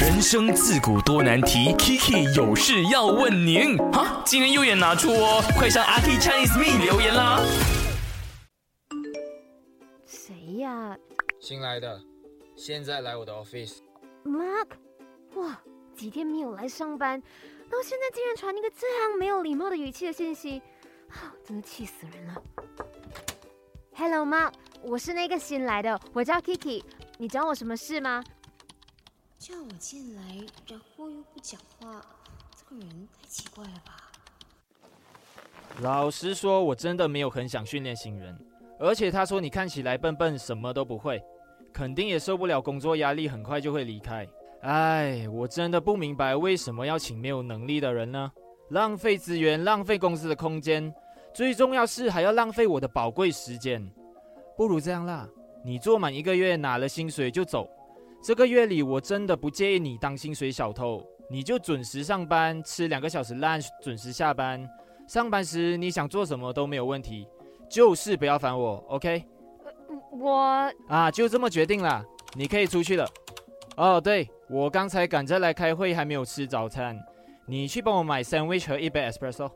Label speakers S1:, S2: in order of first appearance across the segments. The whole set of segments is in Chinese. S1: 人生自古多难题，Kiki 有事要问您。哈，今天右眼拿出哦，快上阿 K Chinese Me 留言啦。
S2: 谁呀、
S3: 新来的，现在来我的 office。
S2: m a r k 哇，几天没有来上班，到现在竟然传一个这样没有礼貌的语气的信息，啊真的气死人了。Hello Mark，我是那个新来的，我叫 Kiki，你找我什么事吗？
S4: 叫我进来，然后又不讲话，这个人太奇怪了吧？
S5: 老实说，我真的没有很想训练新人，而且他说你看起来笨笨，什么都不会，肯定也受不了工作压力，很快就会离开。唉，我真的不明白为什么要请没有能力的人呢？浪费资源，浪费公司的空间，最重要是还要浪费我的宝贵时间。不如这样啦，你做满一个月拿了薪水就走。这个月里我真的不介意你当薪水小偷，你就准时上班，吃两个小时 lunch，准时下班，上班时你想做什么都没有问题，就是不要烦我，OK？
S2: 我
S5: 啊，就这么决定啦，你可以出去了。哦，对，我刚才赶着来开会，还没有吃早餐，你去帮我买 sandwich 和一杯 espresso。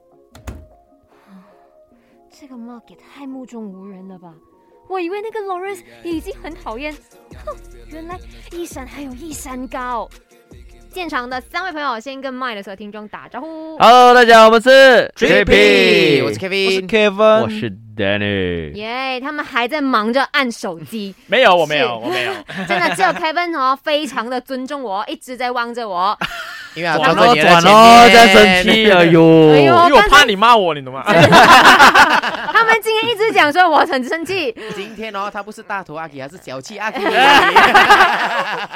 S2: 这个 Mark 也太目中无人了吧！我以为那个 Lawrence 已经很讨厌，哼，原来一山还有一山高。现场的三位朋友先跟麦的所有听众打招呼。
S6: Hello，大家好，我们是
S3: JP 我是
S6: 我
S3: Kevin
S6: 是 Kevin，
S7: 我是 Danny，
S2: 耶他们还在忙着按手机，
S6: 没 有，我没
S2: 是
S6: 有，我没有，
S2: 真的只有 Kevin 哦，非常的尊重我，一直在望着
S6: 哦
S2: 我。
S3: 因为他
S6: 转
S3: 坐在
S6: 咯
S3: 你的
S6: 转
S3: 前
S6: 咯
S3: 面
S6: 在生气
S7: 哎
S2: 哎
S7: 呦，
S2: 呦，
S6: 因为我
S2: 刚
S6: 怕
S2: 才
S6: 你骂我，你懂吗？
S2: 他们今天一直讲说我很生气，
S3: 今天哦，他不是大头阿 K，他是小气阿 K。
S7: 哎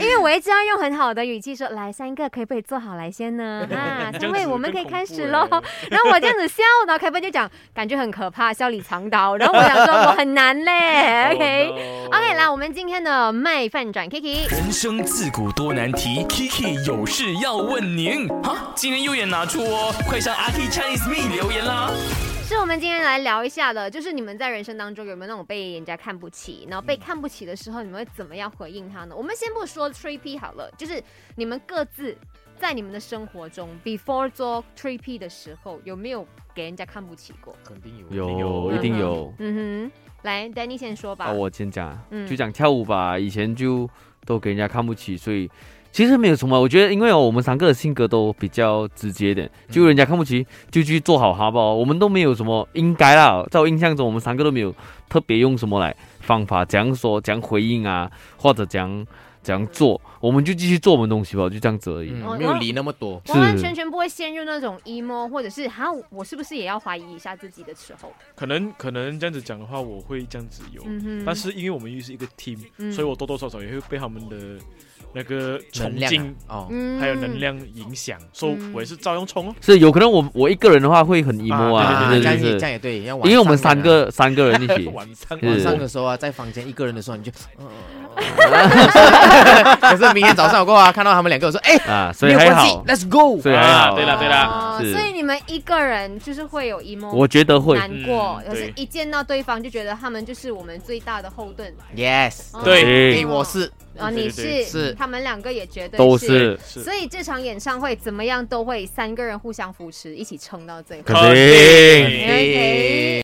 S2: 因为我一直要用很好的语气说，来三个可不可以坐好来先 呢？啊，三位我们可以开始喽。
S6: 欸
S2: 然后我这样子笑，然后 Kevin 就讲感觉很可怕，笑里藏刀。然后我想说我很难
S6: Oh
S2: 嘞，OK。OK，来，我们今天的麦饭转 Kiki。
S1: 人生自古多难题，Kiki 有事要问您。哈，今天右眼拿出哦，快上阿 K Chinese Me 留言啦。
S2: 是我们今天来聊一下的，就是你们在人生当中有没有那种被人家看不起，然后被看不起的时候，你们会怎么样回应他呢？我们先不说 three P 好了，就是你们各自在你们的生活中，before 做 three P 的时候，有没有给人家看不起过？
S3: 肯定
S7: 有一定有
S2: 嗯哼，来，Danny 先说吧。
S7: 啊！我先讲啊
S2: 嗯，
S7: 就讲跳舞吧，以前就都给人家看不起，所以其实没有什么。我觉得，因为哦，我们三个的性格都比较直接一点，
S6: 嗯
S7: 就人家看不起就去做好哈吧。我们都没有什么应该啦，在我印象中，我们三个都没有特别用什么来方法，怎样说，怎样回应啊，或者怎样怎样做，我们就继续做我们东西吧，就这样子而已。
S3: 嗯没有理那么多。
S2: 完完
S7: 是
S2: 全全不会陷入那种 emo，或者是哈，我是不是也要怀疑一下自己的时候？
S6: 可能可能这样子讲的话，我会这样子有，
S2: 嗯哼，
S6: 但是因为我们又是一个 team，
S2: 嗯
S6: 所以我多多少少也会被他们的那个
S3: 能
S6: 冲
S3: 量
S6: 劲
S3: 啊哦，
S2: 嗯
S6: 还有能量影响，所以
S2: 嗯
S6: 我也是照样冲哦。
S7: 是有可能我我一个人的话会很 emo
S6: 啊
S7: 啊，
S3: 这
S7: 对
S3: 样
S7: 对
S3: 也
S7: 对
S3: 这
S7: 对，
S3: 样也对，因
S7: 因为我们三个三个人一 起，
S6: 晚上
S7: 是
S3: 啊晚上的时候啊，在房间一个人的时候，你就，呃 可是明天早上我过啊，看到他们两个，我说，哎，
S7: 啊，所
S3: 没
S7: 以
S3: 有
S7: 还
S3: 关系
S7: 好，
S3: ，Let's go。
S7: 所以还好。
S6: 啊对啦对啦
S2: 哦
S7: 是
S2: 所以你们一个人就是会有 emo，
S7: 我觉得会，
S2: 难过，
S6: 嗯
S2: 可是
S6: 对
S2: 一见到对方就觉得他们就是我们最大的后盾。
S3: Yes，
S2: 哦
S6: 对
S3: 对，我是
S2: 啊，
S6: 对
S2: 你
S6: 对对
S2: 是
S3: 是
S2: 他们两个也绝对
S7: 都
S2: 是。
S7: 是
S6: 是
S2: 所以这场演唱会怎么样都会三个人互相扶持，一起撑到最后。
S7: 肯定。
S2: OK